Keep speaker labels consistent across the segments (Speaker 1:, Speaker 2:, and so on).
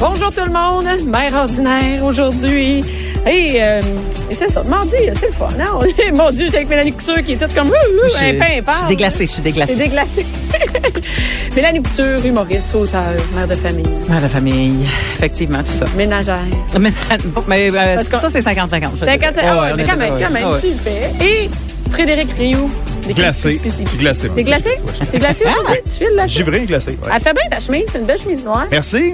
Speaker 1: Bonjour tout le monde, mère ordinaire aujourd'hui. Et, euh, et c'est ça, mardi, c'est le fun. Non? Mon Dieu, j'étais avec Mélanie Couture qui est toute comme ouh, ouh,
Speaker 2: Je-
Speaker 1: un pain, un
Speaker 2: Je suis
Speaker 1: pain.
Speaker 2: déglacée, je
Speaker 1: C'est
Speaker 2: suis déglacée.
Speaker 1: déglacé. Mélanie Couture, humoriste, auteur, mère de famille,
Speaker 2: Ah, la famille, effectivement, tout ça.
Speaker 1: ménagère.
Speaker 2: Mais, mais, euh,
Speaker 1: Parce
Speaker 2: sur ça,
Speaker 1: qu'on-
Speaker 2: c'est 50-50. je veux dire.
Speaker 1: 50
Speaker 2: Ah, Ouais,
Speaker 1: ah
Speaker 2: ouais,
Speaker 1: ouais,
Speaker 2: on
Speaker 1: mais
Speaker 2: est
Speaker 1: quand même,
Speaker 2: d'accord,
Speaker 1: quand
Speaker 2: ouais.
Speaker 1: même,
Speaker 2: Ah ouais.
Speaker 1: tu le fais. Et Frédéric Rioux. des
Speaker 3: Glacé.
Speaker 1: Critiques spécifiques.
Speaker 3: Glacé.
Speaker 1: T'es glacé?
Speaker 3: Ouais.
Speaker 1: T'es
Speaker 2: Ah.
Speaker 1: glacé aujourd'hui? Tu files là?
Speaker 3: Givré, glacé. ouais.
Speaker 1: Elle fait bien ta chemise, c'est une belle chemise noire.
Speaker 3: Merci.
Speaker 1: Ouais,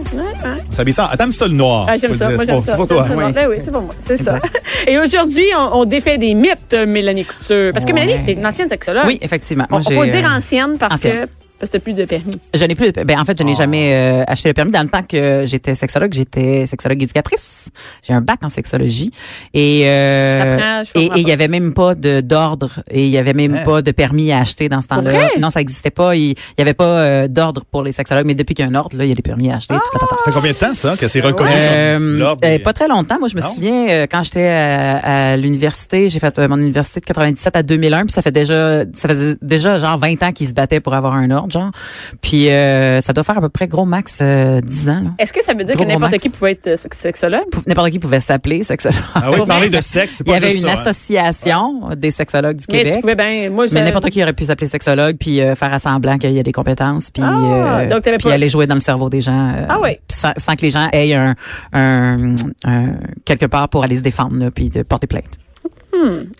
Speaker 1: ouais.
Speaker 3: Ça me sent. Attends, ça le noir.
Speaker 1: Ah, j'aime
Speaker 3: Faut
Speaker 1: ça,
Speaker 3: le
Speaker 1: moi
Speaker 3: dire,
Speaker 1: j'aime ça.
Speaker 3: C'est pour
Speaker 1: J'aime
Speaker 3: toi.
Speaker 1: ça.
Speaker 2: oui.
Speaker 1: Ben oui, c'est pour moi, c'est ça. Et aujourd'hui, on, on défait des mythes, euh, Mélanie Couture. Parce que
Speaker 2: Ouais.
Speaker 1: Mélanie, t'es une ancienne sexologue.
Speaker 2: Oui, effectivement.
Speaker 1: On,
Speaker 2: Moi, j'ai,
Speaker 1: faut dire
Speaker 2: euh,
Speaker 1: ancienne parce
Speaker 2: ancienne.
Speaker 1: que parce que t'as plus de permis.
Speaker 2: Je n'ai plus. de- Ben, en fait, je
Speaker 1: Oh.
Speaker 2: n'ai jamais euh, acheté le permis. Dans le temps que j'étais sexologue, j'étais sexologue éducatrice. J'ai un bac en sexologie. Et euh,
Speaker 1: Ça prend- je
Speaker 2: et
Speaker 1: comprends
Speaker 2: et il y avait même pas de d'ordre et il y avait même
Speaker 3: Hein?
Speaker 2: pas de permis à acheter dans ce temps-là.
Speaker 1: vrai?
Speaker 2: Non, ça n'existait pas. Il il y avait pas euh, d'ordre pour les sexologues. Mais depuis qu'il y a un ordre, là, il y a des permis à acheter. Toute
Speaker 1: Ah!
Speaker 2: la patate.
Speaker 3: Ça fait combien de temps, ça, que c'est reconnu
Speaker 2: Euh,
Speaker 3: comme l'ordre?
Speaker 2: euh,
Speaker 3: des-
Speaker 2: pas très longtemps. Moi, je me
Speaker 3: Non?
Speaker 2: souviens euh, quand j'étais à, à l'université, j'ai fait euh, mon université de 97 à 2001, puis ça fait déjà, ça faisait déjà genre 20 ans qu'ils se battaient pour avoir un ordre, genre. Puis euh, ça doit faire à peu près gros max euh, 10 ans. là.
Speaker 1: Est-ce que ça veut dire
Speaker 2: Gros,
Speaker 1: que
Speaker 2: gros
Speaker 1: n'importe
Speaker 2: max.
Speaker 1: qui pouvait être euh, sexologue?
Speaker 2: Pou- N'importe qui pouvait s'appeler sexologue.
Speaker 3: Ah oui,
Speaker 1: Pour
Speaker 3: parler
Speaker 1: vrai?
Speaker 3: de sexe, c'est
Speaker 2: Il y
Speaker 3: pas
Speaker 2: avait
Speaker 3: juste
Speaker 2: une
Speaker 3: ça, hein.
Speaker 2: association des sexologues du
Speaker 1: Mais tu
Speaker 2: Québec.
Speaker 1: pouvais bien. Moi, je-
Speaker 2: Mais n'importe qui aurait pu s'appeler sexologue puis euh, faire à semblant qu'il y a des compétences puis, euh,
Speaker 1: Ah, donc t'avais
Speaker 2: puis
Speaker 1: pas-
Speaker 2: aller jouer dans le cerveau des gens euh,
Speaker 1: Ah oui.
Speaker 2: puis sans, sans que les gens aient un, un, un- quelque part pour aller se défendre là, puis de porter plainte.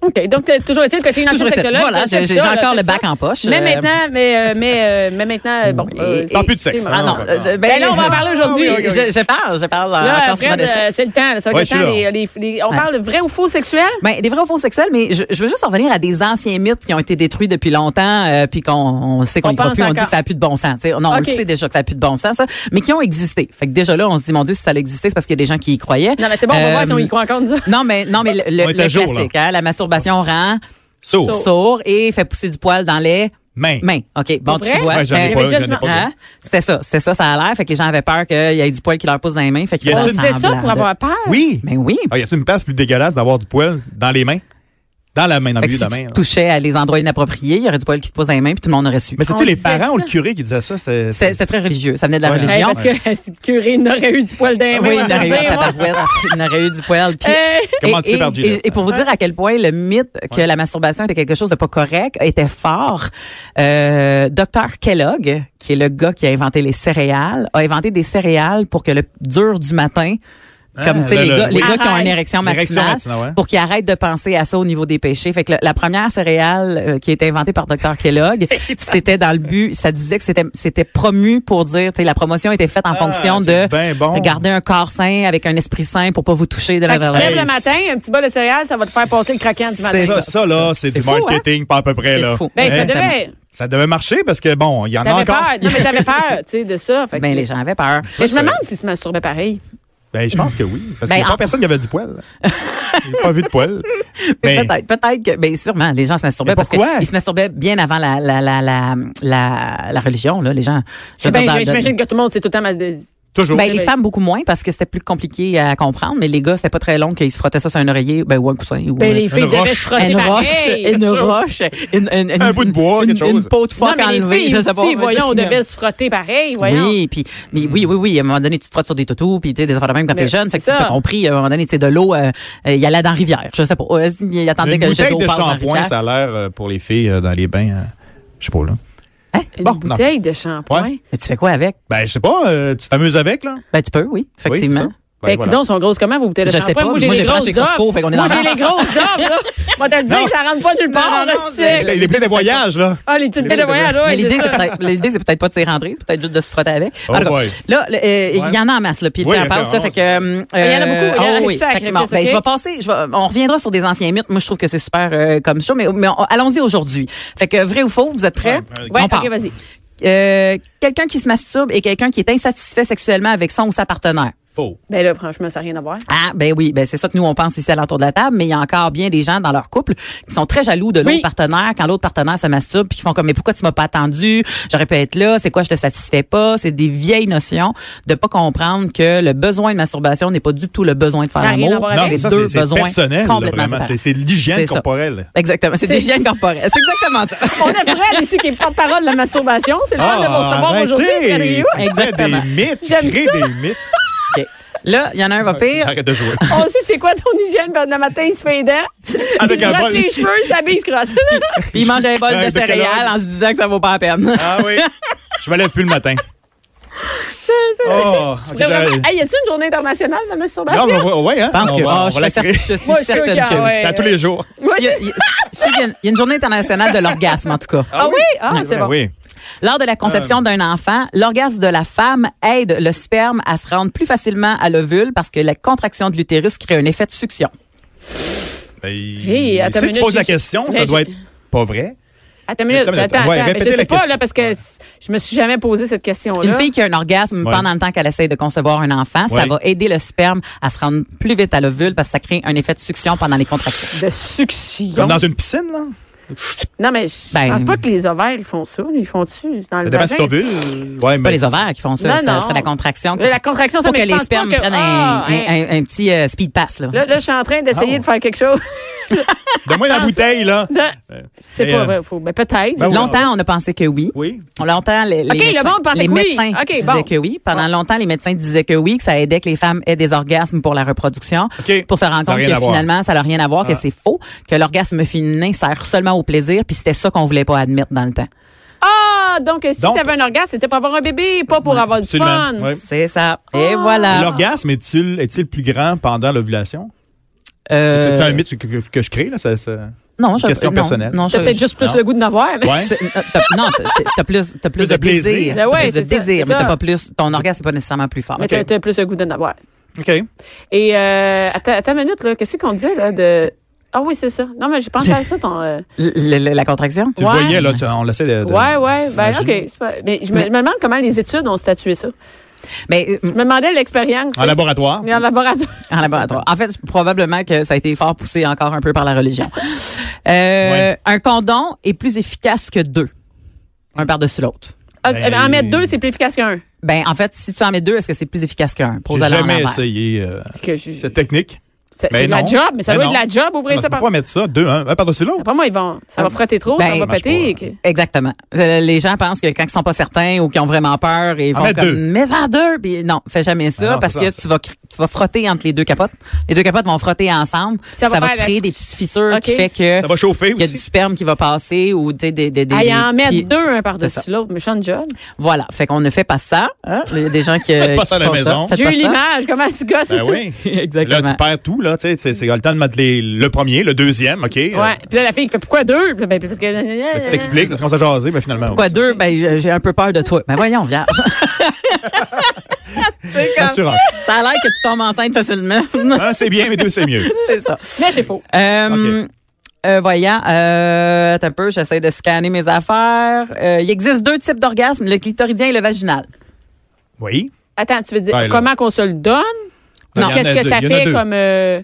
Speaker 1: OK. Donc, t'as toujours été que t'es une ancienne
Speaker 2: Toujours cette-
Speaker 1: sexologue.
Speaker 2: voilà,
Speaker 1: t'as
Speaker 2: j'ai
Speaker 1: fait
Speaker 2: j'ai
Speaker 1: ça,
Speaker 2: encore
Speaker 1: t'as
Speaker 2: le
Speaker 1: fait
Speaker 2: bac
Speaker 1: ça.
Speaker 2: en poche.
Speaker 1: Mais
Speaker 2: euh,
Speaker 1: maintenant, mais, euh, mais, euh, mais maintenant, euh, bon. euh,
Speaker 2: et- Tant
Speaker 3: plus de sexe,
Speaker 1: Ah
Speaker 3: hein,
Speaker 1: non.
Speaker 3: on va
Speaker 1: euh,
Speaker 3: parler.
Speaker 1: Ben là, on va en parler aujourd'hui.
Speaker 2: oui, je, je parle, je parle en-
Speaker 1: Là,
Speaker 2: encore souvent
Speaker 1: Fred,
Speaker 2: de
Speaker 1: euh,
Speaker 2: sexe.
Speaker 1: c'est le temps. là, Ça va
Speaker 3: Ouais,
Speaker 1: être
Speaker 3: je
Speaker 1: le temps.
Speaker 3: suis
Speaker 1: des- les- les- On parle de vrai ou faux sexuel?
Speaker 2: Ben, des vrais ou faux sexuels, mais je, je veux juste en revenir à des anciens mythes qui ont été détruits depuis longtemps, euh, puis qu'on on sait qu'on
Speaker 1: On
Speaker 2: y croit
Speaker 1: pense
Speaker 2: plus, on dit
Speaker 1: encore.
Speaker 2: que ça a plus de bon sens. tu sais. Non, on
Speaker 1: Ok.
Speaker 2: le sait déjà que ça a plus de bon sens, ça, mais qui ont existé. Fait que déjà là, on se dit, mon Dieu, si ça a existé, c'est parce qu'il y a des gens qui y croyaient. Euh,
Speaker 1: Non, mais c'est bon, on va voir si on y croit encore, nous autres.
Speaker 2: Non, mais, non, mais le, le-
Speaker 3: On est à
Speaker 2: le
Speaker 3: jour,
Speaker 2: classique, hein, la masturbation rend
Speaker 3: Sourd.
Speaker 1: Sourd.
Speaker 2: sourd et fait pousser du poil dans les
Speaker 3: Main.
Speaker 2: mains. OK, bon,
Speaker 1: Pour
Speaker 2: tu
Speaker 1: vrai?
Speaker 2: vois.
Speaker 3: Ouais, j'en ai
Speaker 2: Ben,
Speaker 3: pas,
Speaker 1: il y avait
Speaker 3: j'en ai
Speaker 1: déjà
Speaker 3: pas
Speaker 1: du-
Speaker 3: vu.
Speaker 2: hein, c'était ça, c'était ça, ça a l'air. Fait que les gens avaient peur qu'il y ait du poil qui leur pousse dans les mains. Fait qu'ils
Speaker 3: Y
Speaker 1: On
Speaker 3: a-t-il
Speaker 2: faisaient
Speaker 3: une-
Speaker 1: sait ça
Speaker 2: semblant
Speaker 1: pour
Speaker 2: de-
Speaker 1: avoir peur.
Speaker 3: Oui.
Speaker 2: Mais oui.
Speaker 3: Ah, y a-t-il une place plus dégueulasse d'avoir du poil dans les mains? Dans la main, dans le
Speaker 2: Fait que si
Speaker 3: milieu de la
Speaker 2: tu
Speaker 3: main. là.
Speaker 2: touchais à les endroits inappropriés, il y aurait du poil qui te pose dans les mains, puis tout le monde aurait su. Ah
Speaker 3: Mais
Speaker 1: on
Speaker 3: c'était les
Speaker 1: disait
Speaker 3: parents ou
Speaker 1: ça.
Speaker 3: le curé qui disait ça? C'était.
Speaker 2: C'était c'était très religieux. Ça venait de la
Speaker 3: Ouais.
Speaker 1: Hey,
Speaker 2: religion.
Speaker 1: parce que si le curé n'aurait eu du poil d'un
Speaker 2: Oui, il n'aurait eu, tabarouette, il n'aurait eu du poil. Puis,
Speaker 3: Commandité
Speaker 2: et,
Speaker 3: par
Speaker 2: et,
Speaker 3: Gillette.
Speaker 2: et pour vous dire à quel point le mythe que la masturbation était quelque chose de pas correct était fort, euh, Dr Kellogg, qui est le gars qui a inventé les céréales, a inventé des céréales pour que le dur du matin, comme tu sais
Speaker 3: Ah, le-
Speaker 2: les,
Speaker 3: le-
Speaker 2: gars, les
Speaker 3: oui.
Speaker 2: gars qui ont
Speaker 1: Arrête.
Speaker 2: une érection
Speaker 3: L'érection
Speaker 2: matinale,
Speaker 3: matinale, ouais.
Speaker 2: pour qu'ils arrêtent de penser à ça au niveau des péchés. Fait que le- la première céréale euh, qui a été inventée par Dr Kellogg, c'était dans le but, ça disait que c'était c'était promu pour dire, tu sais, la promotion était faite en fonction de
Speaker 3: Ah, c'est ben bon.
Speaker 2: garder un corps sain avec un esprit sain pour pas vous toucher de la
Speaker 1: Fait que tu te lèves
Speaker 3: Hey,
Speaker 1: le matin, un petit bol de céréales, ça va te faire passer le craquant du matin.
Speaker 2: c'est ça,
Speaker 3: Ça, ça, là, c'est
Speaker 2: c'est
Speaker 3: du
Speaker 2: fou, hein?
Speaker 3: marketing, pas à peu près,
Speaker 2: C'est
Speaker 3: là.
Speaker 2: fou.
Speaker 1: Ben, ça
Speaker 3: Hein?
Speaker 1: devait.
Speaker 2: Ah,
Speaker 3: Ça devait marcher parce que, bon, il y en a
Speaker 1: T'avais
Speaker 3: encore.
Speaker 1: peur. Non, mais t'avais peur, tu sais, de ça. Fait que-
Speaker 2: Ben, les gens avaient peur.
Speaker 1: Mais je me demande s'ils se masturbaient pareil.
Speaker 3: Ben, je pense que oui. Parce
Speaker 2: Ben,
Speaker 3: qu'il n'y a
Speaker 2: en-
Speaker 3: pas personne qui avait du poil. J'ai pas vu de poil. Mais
Speaker 2: Peut-être, peut-être que, ben, sûrement, les gens se masturbaient
Speaker 3: Mais
Speaker 2: parce
Speaker 3: pourquoi?
Speaker 2: qu'ils se masturbaient bien avant la, la, la, la, la, la religion, là, les gens. Je veux
Speaker 1: Ben,
Speaker 2: dire, dans-
Speaker 1: J'imagine que tout le monde, c'est tout le temps. mas- des-
Speaker 3: toujours.
Speaker 2: ben, les femmes beaucoup moins parce que c'était plus compliqué à comprendre, mais les gars, c'était pas très long qu'ils se frottaient ça sur un oreiller, ben, ou un coussin, ou
Speaker 1: Ben,
Speaker 2: un-
Speaker 1: les filles devaient
Speaker 3: roche.
Speaker 1: se
Speaker 2: une
Speaker 1: frotter
Speaker 2: roche,
Speaker 1: pareil.
Speaker 2: une roche, une, une- une-
Speaker 3: Un bout de bois,
Speaker 2: une-
Speaker 3: quelque chose.
Speaker 2: Une peau de
Speaker 1: Non,
Speaker 2: phoque
Speaker 1: mais les
Speaker 2: enlevée,
Speaker 1: filles
Speaker 2: je sais pas.
Speaker 1: aussi, voyons, on
Speaker 2: Mais-
Speaker 1: devait se frotter pareil, voyons.
Speaker 2: Oui, puis mais oui, oui, oui. À un moment donné, tu te frottes sur des toutous, puis tu sais, des affaires de même quand
Speaker 1: Mais
Speaker 2: t'es jeune. Fait que
Speaker 1: c'est
Speaker 2: tu
Speaker 1: ça.
Speaker 2: t'as compris. À un moment donné, tu sais, de l'eau, euh, euh, il allait dans la rivière. Je sais pas. Euh, il attendait
Speaker 3: Une
Speaker 2: que le jet
Speaker 3: bouteille
Speaker 2: d'eau
Speaker 3: de
Speaker 2: passe dans la
Speaker 3: shampoing,
Speaker 2: rivière.
Speaker 3: ça a l'air euh, pour les filles euh, dans les bains. euh, je sais pas, là.
Speaker 1: Une
Speaker 3: Bon, non.
Speaker 1: bouteille de shampoing.
Speaker 3: Ouais.
Speaker 2: Mais tu fais quoi avec
Speaker 3: Ben, je sais pas, euh, tu t'amuses avec, là?
Speaker 2: Ben tu peux, oui, effectivement.
Speaker 3: Oui, c'est ça.
Speaker 1: Ben,
Speaker 3: Ben,
Speaker 1: écoute
Speaker 3: voilà.
Speaker 1: donc, sont grosses comment, vos bouteilles de
Speaker 2: Je sais
Speaker 1: shampoing?
Speaker 2: pas.
Speaker 1: Moi, j'ai
Speaker 2: Moi,
Speaker 1: les
Speaker 2: j'ai pas
Speaker 1: grosses
Speaker 2: chez Costco,
Speaker 1: d'hommes.
Speaker 2: fait qu'on est
Speaker 1: Moi,
Speaker 2: dans
Speaker 1: j'ai
Speaker 2: la
Speaker 1: les grosses d'hommes, là. Moi, t'as dit
Speaker 3: Non.
Speaker 1: que ça rentre pas nulle
Speaker 2: Non,
Speaker 1: part,
Speaker 2: non,
Speaker 1: là,
Speaker 2: non,
Speaker 1: c'est-
Speaker 2: c'est-
Speaker 3: Les, les plaies de voyage, là.
Speaker 1: Ah, les petites
Speaker 3: Les
Speaker 1: bouteilles de
Speaker 3: bouteilles de-
Speaker 1: voyage, ouais,
Speaker 2: Mais l'idée,
Speaker 1: c'est
Speaker 2: c'est
Speaker 1: ça.
Speaker 2: peut-être, l'idée, c'est peut-être pas de s'y rentrer, c'est peut-être juste de se frotter avec.
Speaker 3: Oh
Speaker 2: En tout cas,
Speaker 3: boy.
Speaker 2: là, le- euh, il
Speaker 3: Ouais.
Speaker 2: y en a en masse, là, puis le
Speaker 3: Oui,
Speaker 2: temps
Speaker 3: il y en a
Speaker 2: passe, là,
Speaker 3: en
Speaker 2: fait
Speaker 3: masse.
Speaker 2: que, euh,
Speaker 1: Il y en a beaucoup, il y en a
Speaker 2: oh
Speaker 1: des
Speaker 2: oui.
Speaker 1: sacrés,
Speaker 2: Fait que, bon,
Speaker 1: c'est
Speaker 2: ben,
Speaker 1: ok.
Speaker 2: je vais passer, je vais- on reviendra sur des anciens mythes. Moi, je trouve que c'est super, euh, comme show, mais, mais on- allons-y aujourd'hui. Fait que, vrai ou faux, vous êtes prêts?
Speaker 3: Ouais, ben, ouais,
Speaker 1: Ouais,
Speaker 2: On part.
Speaker 1: ok, vas-y.
Speaker 2: Euh, quelqu'un qui se masturbe et quelqu'un qui est insatisfait sexuellement avec son ou sa partenaire.
Speaker 3: Faux.
Speaker 1: Ben là, franchement, ça n'a rien à voir.
Speaker 2: Ah, ben oui, ben c'est ça que nous, on pense ici à l'entour de la table, mais il y a encore bien des gens dans leur couple qui sont très jaloux de l'autre
Speaker 1: Oui.
Speaker 2: partenaire quand l'autre partenaire se masturbe puis qui font comme, mais pourquoi tu m'as pas attendu? J'aurais pu être là, c'est quoi, je te satisfais pas? C'est des vieilles notions de pas comprendre que le besoin de masturbation n'est pas du tout le besoin de faire
Speaker 1: Ça a rien
Speaker 2: l'amour.
Speaker 1: à voir
Speaker 3: Non,
Speaker 1: avec.
Speaker 2: c'est
Speaker 3: ça,
Speaker 2: deux
Speaker 3: c'est c'est
Speaker 2: besoins
Speaker 3: personnel, là,
Speaker 2: complètement
Speaker 3: vraiment. C'est
Speaker 2: séparés.
Speaker 3: c'est l'hygiène
Speaker 2: C'est ça.
Speaker 3: corporelle.
Speaker 2: Exactement, c'est
Speaker 1: C'est-
Speaker 2: des hygiène corporelle. C'est exactement ça.
Speaker 1: On a Fred ici qui est porte-parole de
Speaker 2: Ah,
Speaker 1: la masturbation. C'est l'heure de mon savoir
Speaker 3: Ah, arrêtez!
Speaker 1: aujourd'hui, Fred Rioux.
Speaker 3: Tu fais des
Speaker 2: Exactement.
Speaker 3: mythes, tu
Speaker 1: J'aime
Speaker 3: crées
Speaker 1: ça.
Speaker 3: des mythes.
Speaker 2: OK. Là, il y en a un va pire.
Speaker 3: Arrête de jouer.
Speaker 1: On sait c'est quoi ton hygiène, ben, le matin, il se fait les dents.
Speaker 3: Avec
Speaker 1: il se
Speaker 3: un
Speaker 1: brosse
Speaker 3: bol.
Speaker 1: les cheveux, il s'habille, il se crosse.
Speaker 2: Puis il mange un bol de
Speaker 3: Arrête de
Speaker 2: céréales
Speaker 3: calories.
Speaker 2: en se disant que ça vaut pas la peine.
Speaker 3: Ah oui. Je me lève plus le matin. Oh, ok,
Speaker 1: Mais vraiment,
Speaker 3: j'arrête.
Speaker 1: hey, y a-t-il une journée internationale de la masturbation?
Speaker 3: Non, mais ouais, ouais, hein.
Speaker 2: Je pense
Speaker 3: On
Speaker 2: que,
Speaker 3: va-
Speaker 2: oh,
Speaker 3: on
Speaker 2: je,
Speaker 3: va la
Speaker 2: suis
Speaker 3: créer.
Speaker 2: cer- je suis
Speaker 1: Moi, je suis
Speaker 2: certaine
Speaker 1: sûr
Speaker 2: que
Speaker 1: qu'il y a-
Speaker 2: oui.
Speaker 3: C'est à tous les jours.
Speaker 2: Il y a- il y a- je sais qu'il y a une- il y a une journée internationale de l'orgasme, en tout cas.
Speaker 1: Ah oui? Ah, c'est
Speaker 3: Ouais,
Speaker 1: bon.
Speaker 3: Ben Oui.
Speaker 2: Lors de la
Speaker 3: Ah.
Speaker 2: conception d'un enfant, l'orgasme de la femme aide le sperme à se rendre plus facilement à l'ovule parce que la contraction de l'utérus crée un effet de succion.
Speaker 3: Ben,
Speaker 1: Hey, attends
Speaker 3: si
Speaker 1: une
Speaker 3: tu
Speaker 1: minute,
Speaker 3: poses la
Speaker 1: j'ai-
Speaker 3: question,
Speaker 1: mais
Speaker 3: ça doit
Speaker 1: j'ai-
Speaker 3: être pas vrai.
Speaker 1: Attends une minute,
Speaker 3: Attends une minute.
Speaker 1: attends,
Speaker 3: Ouais,
Speaker 1: attends. mais
Speaker 3: répétez
Speaker 1: je
Speaker 3: la
Speaker 1: sais pas,
Speaker 3: question.
Speaker 1: là, parce que c- je me suis jamais posé cette question-là.
Speaker 2: Une fille qui a un orgasme
Speaker 3: Ouais.
Speaker 2: pendant le temps qu'elle essaie de concevoir un enfant, ça
Speaker 3: Ouais.
Speaker 2: va aider le sperme à se rendre plus vite à l'ovule parce que ça crée un effet de succion pendant les contractions.
Speaker 1: de succion.
Speaker 3: Comme dans une piscine, là.
Speaker 1: Non, mais je
Speaker 2: Ben-
Speaker 1: pense pas que les ovaires, ils font ça. Ils font-tu dans
Speaker 3: Ça
Speaker 1: le
Speaker 3: dépend si
Speaker 1: vagin?
Speaker 3: t'ovules.
Speaker 2: C'est
Speaker 3: Ouais, mais-
Speaker 2: pas les ovaires qui font ça,
Speaker 1: Non,
Speaker 2: ça-
Speaker 1: non.
Speaker 2: c'est la contraction.
Speaker 1: Mais Euh, La contraction, ça
Speaker 2: Faut
Speaker 1: mais
Speaker 2: que
Speaker 1: je
Speaker 2: les
Speaker 1: pense pas
Speaker 2: spermes
Speaker 1: que-
Speaker 2: prennent un,
Speaker 1: Ah, hein.
Speaker 2: un- un- un petit euh, speed pass. Là.
Speaker 1: Là, là, je suis en train
Speaker 3: Oh.
Speaker 1: d'essayer de faire quelque chose.
Speaker 3: Donne-moi
Speaker 1: Ah,
Speaker 3: la bouteille, là.
Speaker 1: Non, C'est
Speaker 3: Et,
Speaker 1: pas
Speaker 3: euh,
Speaker 1: vrai. Faut, ben, peut-être.
Speaker 3: Ben oui.
Speaker 2: Longtemps, on a pensé que oui.
Speaker 3: Oui.
Speaker 2: Longtemps, les, les
Speaker 1: OK, le
Speaker 2: médecins,
Speaker 1: monde pensait
Speaker 2: les
Speaker 1: que oui.
Speaker 2: médecins
Speaker 1: OK,
Speaker 2: disaient
Speaker 1: bon.
Speaker 2: que oui. Pendant longtemps, les médecins disaient que oui, que ça aidait que les femmes aient des orgasmes pour la reproduction.
Speaker 3: OK.
Speaker 2: Pour se rendre
Speaker 3: Ça a
Speaker 2: compte
Speaker 3: rien
Speaker 2: que
Speaker 3: à voir. Ah.
Speaker 2: finalement, ça n'a rien à voir, que c'est faux, que l'orgasme féminin sert seulement au plaisir, puis c'était ça qu'on voulait pas admettre dans le temps.
Speaker 1: Ah, donc si
Speaker 3: Donc-
Speaker 1: t'avais un orgasme, c'était pour avoir un bébé, pas pour avoir du
Speaker 3: absolument,
Speaker 1: fun.
Speaker 3: ouais.
Speaker 2: C'est ça.
Speaker 1: Ah.
Speaker 2: Et voilà.
Speaker 3: L'orgasme est-il est-il plus grand pendant l'ovulation?
Speaker 2: Euh,
Speaker 3: C'est un mythe que, que- que je crée, là. Ça, ça-
Speaker 2: non, je,
Speaker 3: question
Speaker 2: non,
Speaker 3: personnelle.
Speaker 2: Non, je,
Speaker 1: T'as peut-être juste plus
Speaker 3: Non.
Speaker 1: le goût de n'avoir. Mais...
Speaker 3: Ouais.
Speaker 2: C'est- euh, t'as- non, t'as- t'as plus, t'as plus de plaisir,
Speaker 1: Ben
Speaker 2: t'as
Speaker 1: ouais,
Speaker 2: plus de
Speaker 1: c'est ça,
Speaker 2: désir,
Speaker 1: c'est
Speaker 2: mais t'as
Speaker 1: ça.
Speaker 2: pas plus. Ton orgasme n'est pas nécessairement plus fort.
Speaker 1: Mais t'as- t'as plus le goût de n'avoir.
Speaker 3: OK.
Speaker 1: Et euh, attends, attends une minute, là. Qu'est-ce qu'on disait, là, de... Ah oui, c'est ça. Non, mais j'ai pensé à ça, ton... euh,
Speaker 2: Le- le- la contraction.
Speaker 3: Tu le
Speaker 1: Ouais.
Speaker 3: voyais, là. tu- on l'essaie de. de-
Speaker 1: Ouais, ouais. Ben, OK.
Speaker 3: s'imaginer.
Speaker 1: c'est Pas... Mais je me, je me demande comment les études ont statué ça.
Speaker 2: Mais euh,
Speaker 1: Je me demandais l'expérience.
Speaker 3: En laboratoire.
Speaker 1: Mais en laboratoire.
Speaker 2: En laboratoire. En fait, probablement que ça a été fort poussé encore un peu par la religion. Euh,
Speaker 3: Ouais.
Speaker 2: Un condom est plus efficace que deux, un par-dessus l'autre.
Speaker 1: Ah,
Speaker 3: Ben,
Speaker 1: En mettre deux, c'est plus efficace qu'un.
Speaker 2: Ben, en fait, si tu en mets deux, est-ce que c'est plus efficace qu'un?
Speaker 3: J'ai
Speaker 2: Pose-la en
Speaker 3: jamais
Speaker 2: envers.
Speaker 3: essayé euh,
Speaker 1: Que je-
Speaker 3: cette technique.
Speaker 1: C'est
Speaker 3: Ben
Speaker 1: c'est de la
Speaker 3: non.
Speaker 1: job, mais ça
Speaker 3: Ben
Speaker 1: doit être de la job,
Speaker 3: On ne
Speaker 1: ouvrir ça
Speaker 3: peut
Speaker 1: par...
Speaker 3: pas Ah, mettre ça, deux, un, un par-dessus l'autre.
Speaker 1: Après moi, ils vont... Ça va frotter trop,
Speaker 2: Ben,
Speaker 1: ça va
Speaker 3: marche
Speaker 1: péter.
Speaker 3: pas,
Speaker 1: que-
Speaker 2: Exactement. Euh, Les gens pensent que quand ils sont pas certains ou qu'ils ont vraiment peur, ils
Speaker 3: En
Speaker 2: vont
Speaker 3: mets
Speaker 2: comme
Speaker 3: deux.
Speaker 2: mais en deux. Puis non, fais jamais ça
Speaker 3: Ah non,
Speaker 2: parce
Speaker 3: c'est
Speaker 2: que
Speaker 3: ça, ça.
Speaker 2: tu vas cr- tu vas frotter entre les deux capotes. Les deux capotes vont frotter ensemble.
Speaker 1: Ça
Speaker 2: Ça,
Speaker 1: va
Speaker 2: va,
Speaker 1: faire la-
Speaker 2: créer des petites fissures qui
Speaker 1: Ok.
Speaker 2: fait que
Speaker 3: Ça va chauffer
Speaker 2: il y a du
Speaker 3: aussi.
Speaker 2: sperme qui va passer ou tu sais, des des des.
Speaker 1: Ah, ils en
Speaker 2: des- puis-
Speaker 1: mettent deux, un
Speaker 2: C'est
Speaker 1: par-dessus l'autre. Méchant job.
Speaker 2: Voilà, fait qu'on ne fait pas ça. hein. Il y a des gens qui faites
Speaker 3: pas ça à la maison.
Speaker 1: J'ai eu l'image. Comment tu gosses?
Speaker 3: Ben oui.
Speaker 2: Exactement.
Speaker 3: Là, tu perds tout, là. Tu sais, c'est c'est le temps de mettre les- le premier, le deuxième, OK? euh,
Speaker 1: Ouais. Puis là, la fille qui fait pourquoi deux? Puis là, ben, parce
Speaker 3: Fait que
Speaker 1: que.
Speaker 3: Tu t'expliques, parce qu'on s'est jasé, mais finalement.
Speaker 2: Pourquoi
Speaker 3: oui,
Speaker 2: deux? Ben, euh, j'ai un peu peur de toi. Ben, voyons, viens. c'est
Speaker 3: c'est rassurant.
Speaker 2: Ça a l'air que tu tombes enceinte facilement.
Speaker 3: Un, c'est bien, mais deux, c'est mieux.
Speaker 2: c'est ça.
Speaker 1: Mais c'est faux.
Speaker 2: Euh, euh, voyons, euh, t'as peu, j'essaie de scanner mes affaires. Euh, il existe deux types d'orgasmes, le clitoridien et le vaginal.
Speaker 3: Oui.
Speaker 1: Attends, tu veux dire
Speaker 3: Ben, là.
Speaker 1: comment qu'on se le donne?
Speaker 3: Non, il y en
Speaker 1: Qu'est-ce
Speaker 3: a
Speaker 1: que
Speaker 3: deux,
Speaker 1: ça
Speaker 3: il y en a
Speaker 1: fait
Speaker 3: deux.
Speaker 1: comme. euh,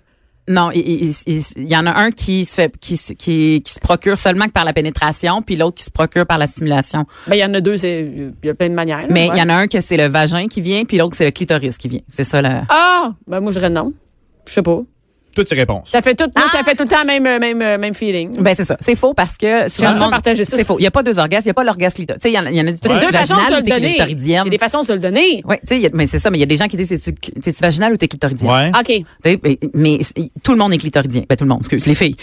Speaker 2: Non, il, il- il- il y en a un qui se fait, qui, se- qui, qui se procure seulement que par la pénétration, puis l'autre qui se procure par la stimulation.
Speaker 1: Ben, il y en a deux, c'est- il y a plein de manières. là,
Speaker 2: Mais il
Speaker 1: ouais.
Speaker 2: y en a un que c'est le vagin qui vient, puis l'autre c'est le clitoris qui vient. C'est ça le.
Speaker 1: Ah! Ben, moi, je dirais non. Je sais pas.
Speaker 3: Toutes ces réponses.
Speaker 1: Ça fait tout, moi,
Speaker 2: Ah!
Speaker 1: ça fait tout le temps même, euh, même, euh, même feeling.
Speaker 2: Ben c'est ça, c'est faux parce que souvent
Speaker 1: J'aime
Speaker 2: le
Speaker 1: ça
Speaker 2: monde-
Speaker 1: partager ça.
Speaker 2: C'est faux, il y a pas deux orgasmes, il y a pas l'orgasme clitoris. Tu sais, il y en a, il y en a
Speaker 1: Il y a
Speaker 2: t'es-tu
Speaker 1: deux façons de se
Speaker 2: vaginale
Speaker 1: le
Speaker 2: ou t'es
Speaker 1: donner. Il y a
Speaker 2: clitoridienne.
Speaker 1: des façons de se le donner.
Speaker 2: Ouais, tu sais, il y a- mais c'est ça, mais il y a des gens qui disent c'est tu c'est vaginal ou t'es clitoridienne.
Speaker 3: Ouais.
Speaker 1: OK. Ah,
Speaker 2: Tu sais, Mais, mais c'est- tout le monde est clitoridien. Ben, tout le monde, excuse, les filles.